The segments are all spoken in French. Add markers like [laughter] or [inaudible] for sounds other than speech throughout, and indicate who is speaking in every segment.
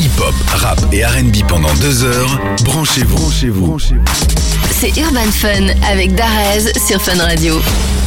Speaker 1: Hip-hop, rap et RB pendant deux heures. Branchez-vous. Branchez-vous.
Speaker 2: C'est Urban Fun avec Darez sur Fun Radio.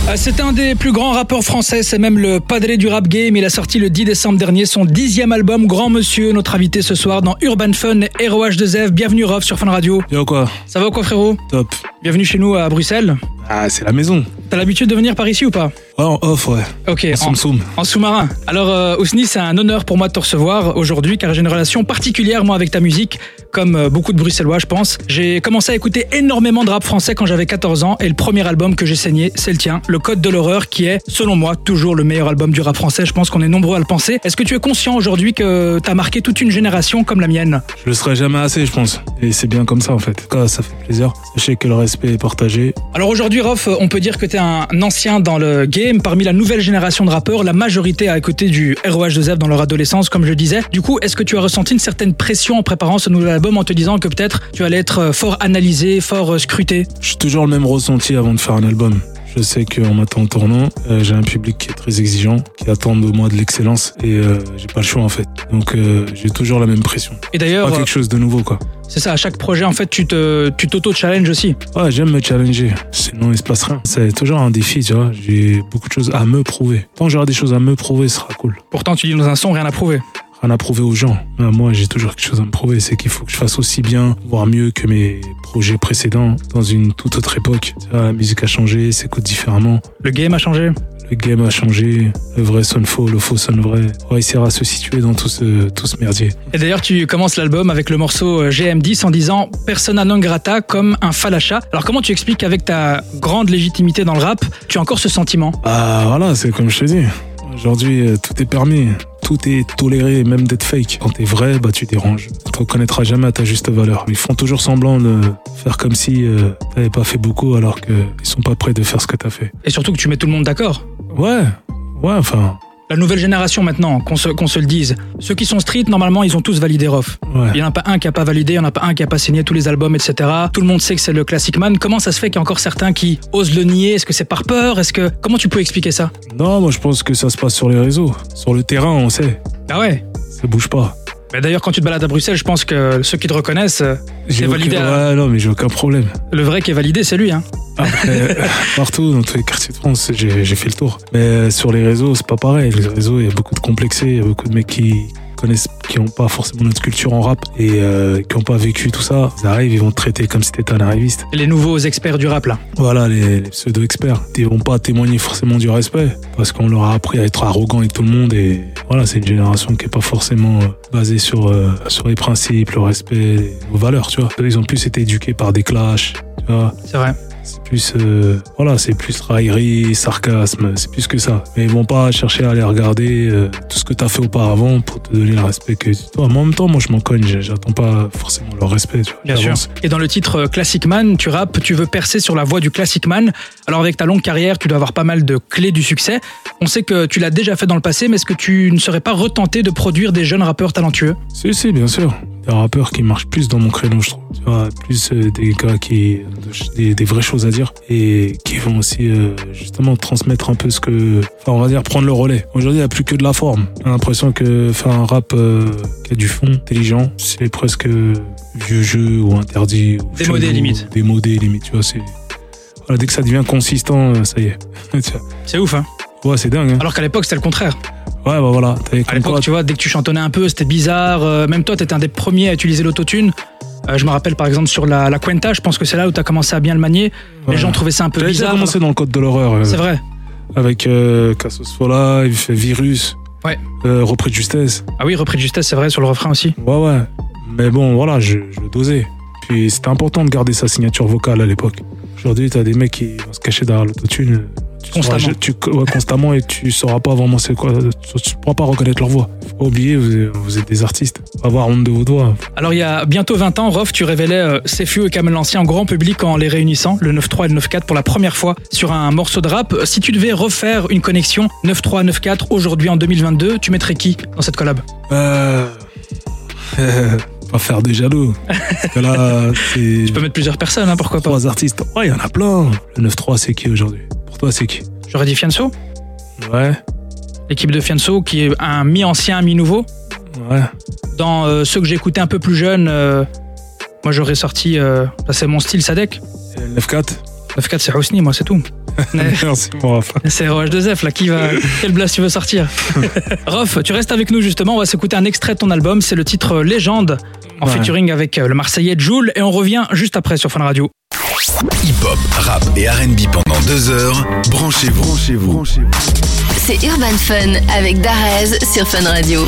Speaker 3: Ah, C'est un des plus grands rappeurs français, c'est même le padré du rap game. Il a sorti le 10 décembre dernier son dixième album, Grand Monsieur, notre invité ce soir dans Urban Fun et ROH2F. Bienvenue Rof sur Fun Radio.
Speaker 4: Yo quoi
Speaker 3: Ça va ou quoi frérot
Speaker 4: Top.
Speaker 3: Bienvenue chez nous à Bruxelles.
Speaker 4: Ah, c'est la maison.
Speaker 3: T'as l'habitude de venir par ici ou pas
Speaker 4: Ouais, en off, ouais.
Speaker 3: Ok,
Speaker 1: Bah,
Speaker 4: En
Speaker 3: en-
Speaker 4: soum soum.
Speaker 3: en sous-marin. Alors, euh, Ousni, c'est un honneur pour moi de te recevoir aujourd'hui car j'ai une relation particulière, moi, avec ta musique, comme euh, beaucoup de Bruxellois, je pense. J'ai commencé à écouter énormément de rap français quand j'avais 14 ans et le premier album que j'ai saigné, c'est le tien, Le Code de l'horreur, qui est, selon moi, toujours le meilleur album du rap français. Je pense qu'on est nombreux à le penser. Est-ce que tu es conscient aujourd'hui que t'as marqué toute une génération comme la mienne
Speaker 4: Je le serai jamais assez, je pense. Et c'est bien comme ça, en fait. En tout cas, ça fait plaisir. Sachez que le respect est partagé.
Speaker 3: Alors aujourd'hui, Rof, on peut dire que t'es un ancien dans le game. Parmi la nouvelle génération de rappeurs, la majorité a écouté du ROH2F dans leur adolescence, comme je disais. Du coup, est-ce que tu as ressenti une certaine pression en préparant ce nouvel album en te disant que peut-être tu allais être euh, fort analysé, fort euh, scruté
Speaker 4: Je suis toujours le même ressenti avant de faire un album. Je sais qu'on m'attend au tournant. Euh, j'ai un public qui est très exigeant, qui attend de moi de l'excellence. Et euh, j'ai pas le choix, en fait. Donc, euh, j'ai toujours la même pression.
Speaker 3: Et d'ailleurs,
Speaker 4: Pas
Speaker 3: euh,
Speaker 4: quelque chose de nouveau, quoi.
Speaker 3: c'est ça, à chaque projet, en fait, tu te, tu t'auto-challenge aussi.
Speaker 4: Ouais, j'aime me challenger. Sinon, il se passe rien. C'est toujours un défi, tu vois. J'ai beaucoup de choses à me prouver. Tant que j'aurai des choses à me prouver, ce sera cool.
Speaker 3: Pourtant, tu dis dans un son, rien à prouver.
Speaker 4: rien à prouver aux gens. Mais moi, j'ai toujours quelque chose à me prouver. C'est qu'il faut que je fasse aussi bien, voire mieux que mes projets précédents dans une toute autre époque. Tu vois, La musique a changé, s'écoute différemment.
Speaker 3: Le game a changé.
Speaker 4: Le game a changé. Le vrai sonne faux, le faux sonne vrai. On va essayer à se situer dans tout ce, tout ce merdier.
Speaker 3: Et d'ailleurs, tu commences l'album avec le morceau euh, GM10 en disant Persona non grata comme un falacha. Alors, comment tu expliques qu'avec ta grande légitimité dans le rap, tu as encore ce sentiment
Speaker 4: Bah voilà, c'est comme je te dis. Aujourd'hui, euh, tout est permis. Tout est toléré, même d'être fake. Quand t'es vrai, bah tu déranges. Tu te reconnaîtras jamais à ta juste valeur. Ils font toujours semblant de faire comme si euh, t'avais pas fait beaucoup alors qu'ils sont pas prêts de faire ce que t'as fait.
Speaker 3: Et surtout que tu mets tout le monde d'accord.
Speaker 4: Ouais, ouais, enfin,
Speaker 3: La nouvelle génération maintenant, qu'on se, qu'on se le dise. Ceux qui sont street, normalement, ils ont tous validé Rof.
Speaker 4: ouais.
Speaker 3: Il n'y en a pas un qui a pas validé, il n'y en a pas un qui a pas signé tous les albums, etc. Tout le monde sait que c'est le classic man. Comment ça se fait qu'il y a encore certains qui osent le nier Est-ce que c'est par peur Est-ce que comment tu peux expliquer ça
Speaker 4: Non, moi je pense que ça se passe sur les réseaux. Sur le terrain, on sait,
Speaker 3: Ah ouais.
Speaker 4: ça bouge pas.
Speaker 3: Mais d'ailleurs, quand tu te balades à Bruxelles, je pense que ceux qui te reconnaissent, euh,
Speaker 4: J'ai
Speaker 3: C'est validé,
Speaker 4: aucun-
Speaker 3: hein.
Speaker 4: Ouais, non, mais j'ai aucun problème.
Speaker 3: le vrai qui est validé, c'est lui. Hein.
Speaker 4: Après, partout, dans tous les quartiers de France, j'ai j'ai fait le tour. Mais euh, sur les réseaux, c'est pas pareil. Les réseaux, il y a beaucoup de complexés, il y a beaucoup de mecs qui connaissent, qui ont pas forcément notre culture en rap et euh, qui ont pas vécu tout ça. Ils arrivent, ils vont te traiter comme si t'étais un arriviste.
Speaker 3: Les nouveaux experts du rap là.
Speaker 4: Voilà, les, les pseudo-experts. Ils vont pas témoigner forcément du respect, parce qu'on leur a appris à être arrogant avec tout le monde, et voilà, c'est une génération qui est pas forcément euh, basée sur, euh, sur les principes, le respect, nos valeurs, tu vois. Eux, Ils ont plus été éduqués par des clashs, tu vois.
Speaker 3: C'est vrai.
Speaker 4: C'est plus, euh, voilà, c'est plus raillerie, sarcasme, c'est plus que ça. Mais ils vont pas chercher à aller regarder euh, tout ce que t'as fait auparavant pour te donner le respect que tu dois. Mais en même temps, moi, je m'en cogne, j'attends pas forcément leur respect, tu vois.
Speaker 3: Bien sûr.
Speaker 4: J'avance.
Speaker 3: Et dans le titre euh, Classic Man, tu rappes, tu veux percer sur la voie du Classic Man. Alors avec ta longue carrière, tu dois avoir pas mal de clés du succès. On sait que tu l'as déjà fait dans le passé, mais est-ce que tu ne serais pas retenté de produire des jeunes rappeurs talentueux
Speaker 4: Si, si, bien sûr. Des rappeurs qui marchent plus dans mon créneau, je trouve. Tu vois, plus euh, des gars qui ont des, des vraies choses à dire et qui vont aussi euh, justement transmettre un peu ce que. Enfin, on va dire prendre le relais. Aujourd'hui, il n'y a plus que de la forme. J'ai l'impression que faire un rap euh, qui a du fond, intelligent, c'est presque vieux jeu ou interdit. Ou
Speaker 3: Démodé,
Speaker 4: chelou,
Speaker 3: limite.
Speaker 4: Démodé limite, tu vois. c'est- Voilà, dès que ça devient consistant, euh, ça y est. [laughs] Tu vois.
Speaker 3: C'est ouf, hein
Speaker 4: ouais, c'est dingue. Hein.
Speaker 3: Alors qu'à l'époque, c'était le contraire.
Speaker 4: Ouais, bah voilà. T'avais
Speaker 3: À
Speaker 4: comme
Speaker 3: l'époque,
Speaker 4: quoi,
Speaker 3: tu vois, dès que tu chantonnais un peu, c'était bizarre. Euh, même toi, t'étais un des premiers à utiliser l'autotune. Euh, je me rappelle par exemple sur la, la Cuenta, je pense que c'est là où t'as commencé à bien le manier. Les
Speaker 4: Ouais.
Speaker 3: gens trouvaient ça un peu
Speaker 4: J'avais déjà
Speaker 3: bizarre.
Speaker 4: commencé dans le code de l'horreur. euh,
Speaker 3: C'est vrai.
Speaker 4: avec euh, Cassos Fola, il fait Virus,
Speaker 3: Ouais.
Speaker 4: euh, repris de justesse.
Speaker 3: Ah oui, repris de justesse, c'est vrai, sur le refrain aussi.
Speaker 4: Ouais, ouais. Mais bon, voilà, je, je le dosais. Puis c'était important de garder sa signature vocale à l'époque. Aujourd'hui, t'as des mecs qui vont se cacher derrière l'autotune. Tu
Speaker 3: Constamment.
Speaker 4: sauras- tu, ouais, constamment et tu sauras pas vraiment c'est quoi. Tu, tu pourras pas reconnaître leur voix. Faut pas oublier, vous, vous êtes des artistes. Faut Pas avoir honte de vos doigts.
Speaker 3: Alors il y a bientôt 20 ans, Rof, tu révélais euh, Sefu et Kamel Lancien en grand public en les réunissant, le 9-3 et le 9-4 pour la première fois sur un morceau de rap. Euh, Si tu devais refaire une connexion 9-3, 9-4 aujourd'hui en 2022, tu mettrais qui dans cette collab
Speaker 4: Euh... [laughs] pas faire des jaloux. Parce que
Speaker 3: [laughs]
Speaker 4: là, c'est.
Speaker 3: Tu peux mettre plusieurs personnes, hein, pourquoi pas.
Speaker 4: Trois artistes. Ouais, il y en a plein. Le 9-3, c'est qui aujourd'hui Pour toi, c'est qui
Speaker 3: J'aurais dit Fianso,
Speaker 4: Ouais.
Speaker 3: l'équipe de Fianso qui est un mi-ancien, mi-nouveau.
Speaker 4: Ouais.
Speaker 3: Dans euh, ceux que j'écoutais un peu plus jeune, euh, moi j'aurais sorti, euh, ça, c'est mon style Sadek.
Speaker 4: F4
Speaker 3: 9-4 c'est Hosni, moi c'est tout. Mais-
Speaker 4: [laughs] Merci mon Rafa.
Speaker 3: C'est OH2F là, qui
Speaker 4: [laughs]
Speaker 3: va. Quelle blast tu veux sortir Rof, tu restes avec nous justement, on va s'écouter un extrait de ton album, c'est le titre Légende, en
Speaker 4: Ouais.
Speaker 3: featuring avec euh, le Marseillais Joule, et on revient juste après sur Fun Radio.
Speaker 1: Hip-hop, rap et RB pendant deux heures. Branchez-vous. Branchez-vous.
Speaker 2: C'est Urban Fun avec Darez sur Fun Radio.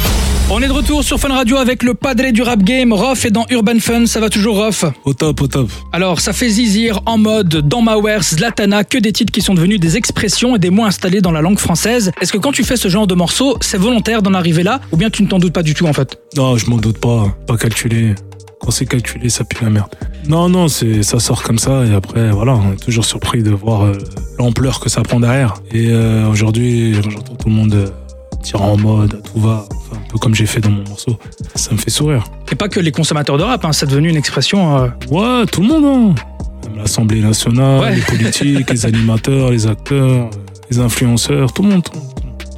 Speaker 3: On est de retour sur Fun Radio avec le padré du rap game, Rof, et dans Urban Fun, ça va toujours Rof
Speaker 4: Au top, au top.
Speaker 3: Alors, ça fait zizir, en mode, dans Mawers, Zlatana, que des titres qui sont devenus des expressions et des mots installés dans la langue française. Est-ce que quand tu fais ce genre de morceaux, c'est volontaire d'en arriver là, ou bien tu ne t'en doutes pas du tout en fait
Speaker 4: Non, je m'en doute pas. Pas calculé. Quand c'est calculé, ça pue la merde. Non, non, c'est ça sort comme ça et après, voilà, on est toujours surpris de voir euh, l'ampleur que ça prend derrière. Et euh, aujourd'hui, j'entends tout le monde euh, dire en mode, à tout va, Enfin, un peu comme j'ai fait dans mon morceau. Ça me fait sourire.
Speaker 3: Et pas que les consommateurs de rap, hein, c'est devenu une expression. euh,
Speaker 4: Ouais, tout le monde, hein. Même l'Assemblée nationale,
Speaker 3: Ouais.
Speaker 4: les politiques, les animateurs, les acteurs, euh, les influenceurs, tout le monde. tout le monde.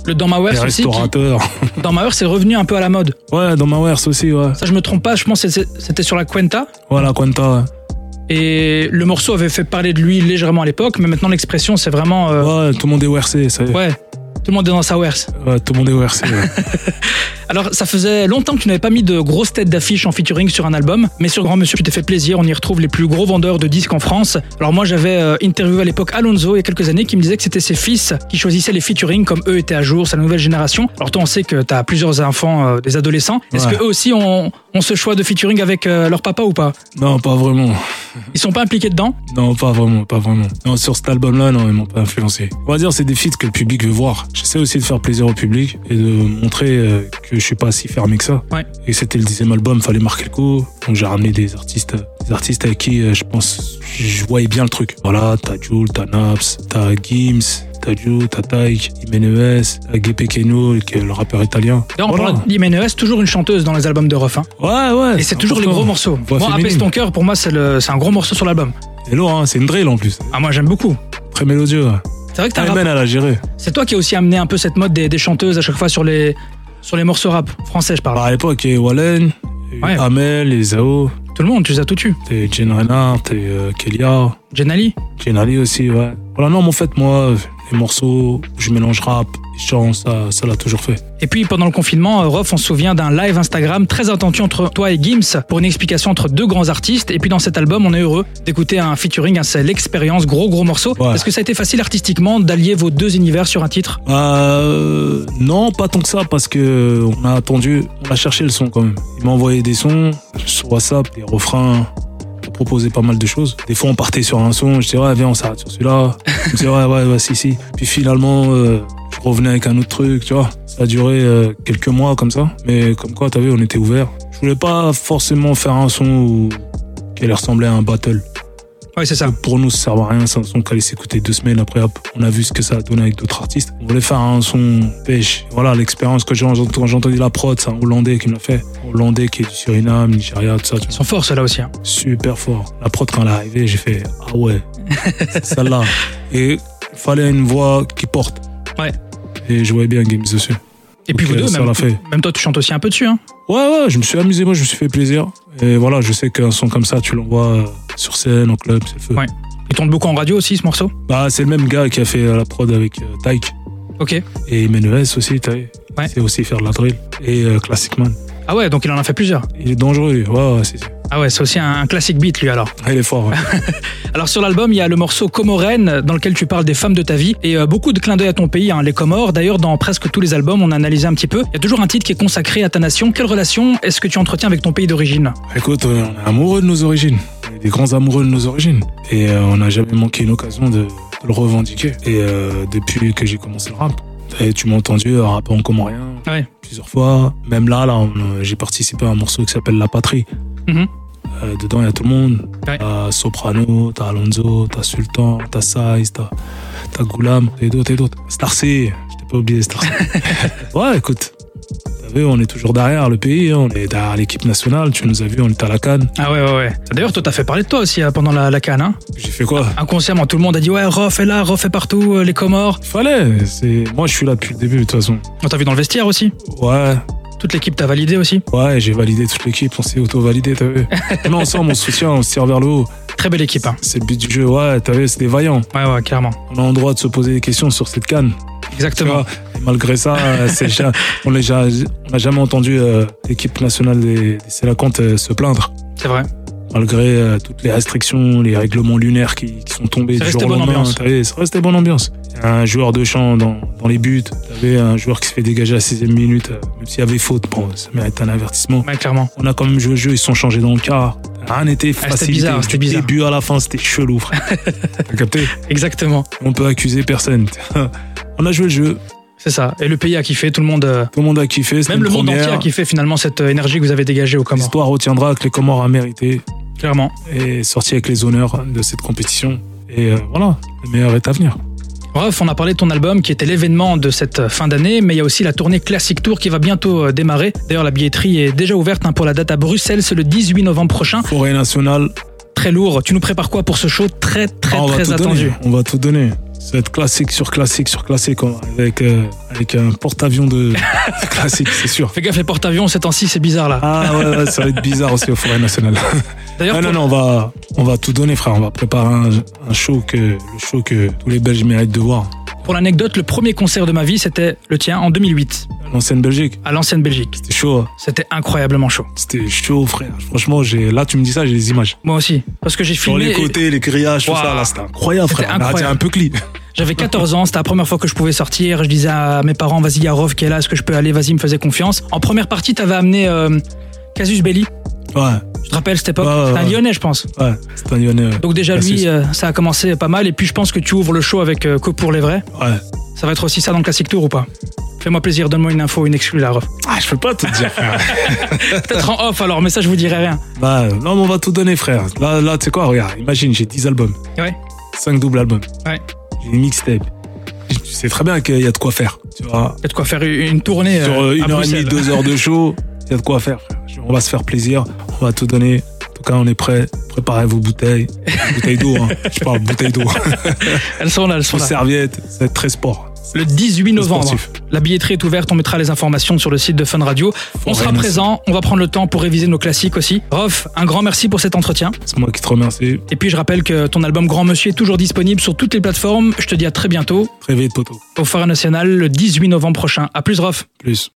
Speaker 3: Le dans Mawers
Speaker 4: Les
Speaker 3: aussi, qui-
Speaker 4: restaurateurs.
Speaker 3: Dans ma heure, c'est revenu un peu à la mode.
Speaker 4: Ouais, dans ma Wers aussi, ouais.
Speaker 3: Ça, je me trompe pas, je pense que c'est- c'était sur la Cuenta.
Speaker 4: Voilà, Quanta. ouais.
Speaker 3: Et le morceau avait fait parler de lui légèrement à l'époque, mais maintenant l'expression, c'est vraiment. euh,
Speaker 4: Ouais, tout le monde est WRC, ça y est.
Speaker 3: ouais. tout le monde est dans sa verse.
Speaker 4: Ouais, tout le monde est WRC.
Speaker 3: [laughs]
Speaker 4: ouais.
Speaker 3: Alors, ça faisait longtemps que tu n'avais pas mis de grosses têtes d'affiche en featuring sur un album, mais sur Grand Monsieur, tu t'es fait plaisir. On y retrouve les plus gros vendeurs de disques en France. Alors, moi, j'avais euh, interviewé à l'époque Alonso il y a quelques années qui me disait que c'était ses fils qui choisissaient les featuring comme eux étaient à jour, c'est la nouvelle génération. Alors, toi, on sait que tu as plusieurs enfants, euh, des adolescents. Est-ce
Speaker 4: Ouais.
Speaker 3: que eux aussi ont, ont ce choix de featuring avec euh, leur papa ou pas
Speaker 4: Non, pas vraiment.
Speaker 3: Ils sont pas impliqués dedans
Speaker 4: Non, pas vraiment, pas vraiment. Non, sur cet album-là, non, ils m'ont pas influencé. On va dire, c'est des feats que le public veut voir. J'essaie aussi de faire plaisir au public et de montrer euh, que je suis pas si fermé que ça.
Speaker 3: Ouais.
Speaker 4: Et c'était le dixième album, fallait marquer le coup. Donc j'ai ramené des artistes, des artistes avec qui euh, je pense, je voyais bien le truc. Voilà, t'as Jul, t'as Naps, t'as Gims. T'as Jul, t'as Taïk, Jimenez, t'as Gepé Keno, qui est le rappeur italien.
Speaker 3: D'ailleurs, on
Speaker 4: Voilà.
Speaker 3: parle d'Imenes, toujours une chanteuse dans les albums de Ruff. hein.
Speaker 4: Ouais, ouais.
Speaker 3: Et c'est toujours les gros morceaux.
Speaker 4: Ah, Voix
Speaker 3: Moi,
Speaker 4: féminine.
Speaker 3: Apaise ton cœur, pour moi, c'est le- c'est un gros morceau sur l'album.
Speaker 4: C'est lourd, hein, c'est une drill en plus.
Speaker 3: Ah, moi, j'aime beaucoup.
Speaker 4: Très mélodieux. hein. ouais.
Speaker 3: C'est vrai que t'as un
Speaker 4: Ayman,
Speaker 3: rap-
Speaker 4: elle a géré.
Speaker 3: C'est toi qui as aussi amené un peu cette mode des, des chanteuses à chaque fois sur les, sur les morceaux rap français, je parle.
Speaker 4: Alors à l'époque, il y a eu Wallen, il y a eu
Speaker 3: Ouais.
Speaker 4: Amel, les Zao,
Speaker 3: Tout le monde, tu les as tout tués.
Speaker 4: t'as eu Jen Renard, t'as eu, euh, Kelia,
Speaker 3: Jen Ali.
Speaker 4: Jen Ali aussi, ouais. Voilà, non, mais en fait, moi, les morceaux, où je mélange rap, chant, ça, ça l'a toujours fait.
Speaker 3: Et puis pendant le confinement, euh, Rof, on se souvient d'un live Instagram très attendu entre toi et Gims pour une explication entre deux grands artistes. Et puis dans cet album, on est heureux d'écouter un featuring, hein, c'est l'expérience, gros gros morceau.
Speaker 4: Ouais.
Speaker 3: Est-ce que ça a été facile artistiquement d'allier vos deux univers sur un titre
Speaker 4: Euh, non, pas tant que ça, parce que on a attendu, on a cherché le son quand même. Il m'a envoyé des sons sur WhatsApp, des refrains, il m'a proposé pas mal de choses. Des fois, on partait sur un son, je disais, ouais, viens, on s'arrête sur celui-là. Je disais, ouais, ouais, ouais, si, si. Puis finalement, euh, je revenais avec un autre truc, tu vois. Ça a duré euh, quelques mois comme ça, mais comme quoi, t'as vu, on était ouvert. Je voulais pas forcément faire un son où... qui allait ressembler à un battle.
Speaker 3: Ouais, c'est ça.
Speaker 4: Pour nous, ça sert à rien, c'est un son qui allait s'écouter deux semaines. Après, hop, on a vu ce que ça a donné avec d'autres artistes. On voulait faire un son pêche. Voilà, l'expérience que j'ai quand j'ai entendu la prod, c'est un Hollandais qui me l'a fait. Hollandais qui est du Suriname, Nigeria, tout ça. tu
Speaker 3: Ils
Speaker 4: vois.
Speaker 3: sont forts ceux-là aussi. hein.
Speaker 4: Super fort. La prod, quand elle est arrivée, j'ai fait Ah ouais,
Speaker 3: [laughs]
Speaker 4: c'est celle-là. Et il fallait une voix qui porte.
Speaker 3: Ouais.
Speaker 4: Et je voyais bien Games dessus.
Speaker 3: Et puis
Speaker 4: Donc,
Speaker 3: vous
Speaker 4: euh,
Speaker 3: deux,
Speaker 4: ça
Speaker 3: même,
Speaker 4: l'a fait.
Speaker 3: même toi, tu chantes aussi un peu dessus. Hein.
Speaker 4: Ouais, ouais, je me suis amusé, moi, je me suis fait plaisir. Et voilà, je sais qu'un son comme ça, tu l'envoies euh, sur scène, en club, c'est le feu.
Speaker 3: Ouais. Il tourne beaucoup en radio aussi, ce morceau.
Speaker 4: Bah, c'est le même gars qui a fait euh, la prod avec euh, Tyke.
Speaker 3: Ok.
Speaker 4: Et Menes aussi, t'as vu.
Speaker 3: Ouais.
Speaker 4: C'est aussi faire de la drill. Et euh, Classic Man.
Speaker 3: Ah ouais, donc il en a fait plusieurs.
Speaker 4: Il est dangereux, lui. Ouais, ouais, c'est sûr.
Speaker 3: Ah ouais, c'est aussi un, un classique beat, lui, alors.
Speaker 4: Ah, Il est fort. ouais.
Speaker 3: Alors sur l'album, il y a le morceau Comorène dans lequel tu parles des femmes de ta vie et euh, beaucoup de clins d'œil à ton pays, hein, les Comores. D'ailleurs, dans presque tous les albums, on a analysé un petit peu. Il y a toujours un titre qui est consacré à ta nation. Quelle relation est-ce que tu entretiens avec ton pays d'origine
Speaker 4: Bah, Écoute, on est amoureux de nos origines. On est des grands amoureux de nos origines. Et euh, on n'a jamais manqué une occasion de, de le revendiquer. Et euh, depuis que j'ai commencé le rap, et tu m'as entendu euh, rapper en comorien
Speaker 3: Ouais.
Speaker 4: plusieurs fois. Même là, là on, euh, j'ai participé à un morceau qui s'appelle La Patrie.
Speaker 3: Mhm.
Speaker 4: Euh, dedans, il y a tout le monde.
Speaker 3: Ouais.
Speaker 4: T'as Soprano, t'as Alonso, t'as Sultan, t'as Saiz, t'as, t'as Goulam, et d'autres, et d'autres. Starcy, je t'ai pas oublié
Speaker 3: [laughs]
Speaker 4: Starcy. ouais, écoute. T'as vu, on est toujours derrière le pays, hein, on est derrière l'équipe nationale. Tu nous as vu, on est à la canne.
Speaker 3: Ah ouais, ouais, ouais. D'ailleurs, toi, t'as fait parler de toi aussi hein, pendant la, la canne. Hein.
Speaker 4: J'ai fait quoi
Speaker 3: Inconsciemment, tout le monde a dit ouais, Rof est là, Rof est partout, euh, les Comores.
Speaker 4: Fallait. C'est... Moi, je suis là depuis le début, de toute façon.
Speaker 3: On t'a vu dans le vestiaire aussi.
Speaker 4: Ouais.
Speaker 3: Toute l'équipe t'a validé aussi.
Speaker 4: Ouais, j'ai validé toute l'équipe, on s'est auto-validé, t'as vu. On est ensemble, on se soutient, on se tire vers le haut.
Speaker 3: Très belle équipe. Hein.
Speaker 4: C'est le but du jeu, ouais, t'as vu, c'est des vaillants.
Speaker 3: Ouais, ouais, clairement.
Speaker 4: On a le droit de se poser des questions sur cette canne. tu
Speaker 3: Exactement.
Speaker 4: vois. Et malgré ça, euh, c'est ja- on les ja- on n'a jamais entendu euh, l'équipe nationale des, des Sélacantes, euh, se plaindre.
Speaker 3: C'est vrai.
Speaker 4: Malgré euh, toutes les restrictions, les règlements lunaires qui, qui sont tombés
Speaker 3: Ça
Speaker 4: du jour
Speaker 3: restait
Speaker 4: au
Speaker 3: bonne
Speaker 4: lendemain.
Speaker 3: ambiance.
Speaker 4: t'as vu, Ça restait bonne ambiance. Il y a Un joueur de champ dans, dans les buts. T'avais un joueur qui se fait dégager à la sixième minute. euh, Même s'il y avait faute, bon, ça mérite un avertissement.
Speaker 3: Ouais, clairement.
Speaker 4: On a quand même joué le jeu, ils se sont changés dans le quart. Rien n'était
Speaker 3: Ah, c'était
Speaker 4: facile.
Speaker 3: bizarre, c'était
Speaker 4: du
Speaker 3: bizarre.
Speaker 4: début à la fin, c'était chelou,
Speaker 3: [laughs]
Speaker 4: frère. T'as capté
Speaker 3: Exactement.
Speaker 4: On peut accuser personne. [laughs] On a joué le jeu,
Speaker 3: C'est ça. Et le pays a kiffé. Tout le monde. euh,
Speaker 4: tout le monde a kiffé. c'était une
Speaker 3: Même le monde
Speaker 4: première.
Speaker 3: entier a kiffé finalement cette euh, énergie que vous avez dégagée aux Comores.
Speaker 4: L'histoire retiendra que les Comores a mérité
Speaker 3: Clairement.
Speaker 4: et sorti avec les honneurs de cette compétition. Et euh, voilà, le meilleur est à venir.
Speaker 3: Bref, on a parlé de ton album qui était l'événement de cette euh, fin d'année, mais il y a aussi la tournée Classic Tour qui va bientôt euh, démarrer. D'ailleurs, la billetterie est déjà ouverte hein, pour la date à Bruxelles, c'est le 18 novembre prochain.
Speaker 4: Forêt nationale,
Speaker 3: Très lourd. Tu nous prépares quoi pour ce show très très
Speaker 4: Ah, on va
Speaker 3: très
Speaker 4: tout
Speaker 3: attendu
Speaker 4: donner. On va tout donner. Ça va être classique sur classique sur classique hein, avec, euh, avec un porte-avions [laughs] de classique, c'est sûr.
Speaker 3: Fais gaffe, les porte-avions ces temps-ci, c'est bizarre là.
Speaker 4: Ah ouais, ouais, ça va être bizarre aussi au Forêt nationale.
Speaker 3: D'ailleurs,
Speaker 4: Non,
Speaker 3: pour-
Speaker 4: non, non, on va, on va tout donner, frère. On va préparer un, un show que, le show que tous les Belges méritent de voir.
Speaker 3: Pour l'anecdote, le premier concert de ma vie, c'était le tien en 2008,
Speaker 4: L'ancienne Belgique,
Speaker 3: à l'ancienne Belgique.
Speaker 4: c'était chaud. hein.
Speaker 3: C'était incroyablement chaud.
Speaker 4: C'était chaud, frère. Franchement, j'ai, là, tu me dis ça, j'ai des images.
Speaker 3: Moi aussi. Parce que j'ai
Speaker 4: Sur
Speaker 3: filmé.
Speaker 4: les côtés, les grillages, tout
Speaker 3: Waouh.
Speaker 4: ça, là, c'était incroyable,
Speaker 3: C'était
Speaker 4: frère. On a raté
Speaker 3: incroyable.
Speaker 4: un peu cli.
Speaker 3: J'avais 14 ans, c'était la première fois que je pouvais sortir. Je disais à mes parents, vas-y, Yarov qui est là, est-ce que je peux aller Vas-y, il me faisait confiance. En première partie, t'avais amené euh, Casus Belli.
Speaker 4: Ouais,
Speaker 3: Je te rappelle, cette époque,
Speaker 4: Ouais, ouais,
Speaker 3: c'était un
Speaker 4: ouais.
Speaker 3: Lyonnais, je pense.
Speaker 4: ouais. C'était un Lyonnais. ouais.
Speaker 3: Donc déjà,
Speaker 4: Casus.
Speaker 3: lui, euh, ça a commencé pas mal. Et puis, je pense que tu ouvres le show avec euh, Que pour les vrais.
Speaker 4: Ouais.
Speaker 3: Ça va être aussi ça dans le Classic Tour ou pas Fais-moi plaisir, donne-moi une info, une
Speaker 4: [laughs]
Speaker 3: excuse, Yarov.
Speaker 4: Ah, je peux pas te dire, frère.
Speaker 3: Peut-être en off alors, mais ça, je vous dirai rien.
Speaker 4: Bah, non, mais on va tout donner, frère. Là, là tu sais quoi, regarde, imagine, j'ai 10 albums.
Speaker 3: Ouais.
Speaker 4: 5 doubles albums.
Speaker 3: Ouais.
Speaker 4: J'ai des mixtapes. Tu sais très bien qu'il y a de quoi faire. Tu vois,
Speaker 3: Peut-être quoi faire une tournée.
Speaker 4: sur
Speaker 3: euh,
Speaker 4: euh,
Speaker 3: à
Speaker 4: une heure et demie,
Speaker 3: Bruxelles.
Speaker 4: deux heures de show, il y a de quoi faire, frère. Je- On va se faire plaisir, on va tout donner. En tout cas, on est prêt. Préparez vos bouteilles. bouteilles d'eau, hein. Je parle bouteilles
Speaker 3: [laughs]
Speaker 4: d'eau.
Speaker 3: Elles sont là, elles sont
Speaker 4: Vos
Speaker 3: là.
Speaker 4: serviettes, ça va être très sport.
Speaker 3: Le 18 novembre.
Speaker 4: Sportif.
Speaker 3: La billetterie est ouverte, on mettra les informations sur le site de Fun Radio. On
Speaker 4: Faut
Speaker 3: sera
Speaker 4: rien.
Speaker 3: présent, on va prendre le temps pour réviser nos classiques aussi. Rof, un grand merci pour cet entretien.
Speaker 4: C'est moi qui te remercie.
Speaker 3: Et puis je rappelle que ton album Grand Monsieur est toujours disponible sur toutes les plateformes. Je te dis à très bientôt
Speaker 4: Très vite, Toto.
Speaker 3: au Forêt National le 18 novembre prochain. À plus Rof.
Speaker 4: Plus.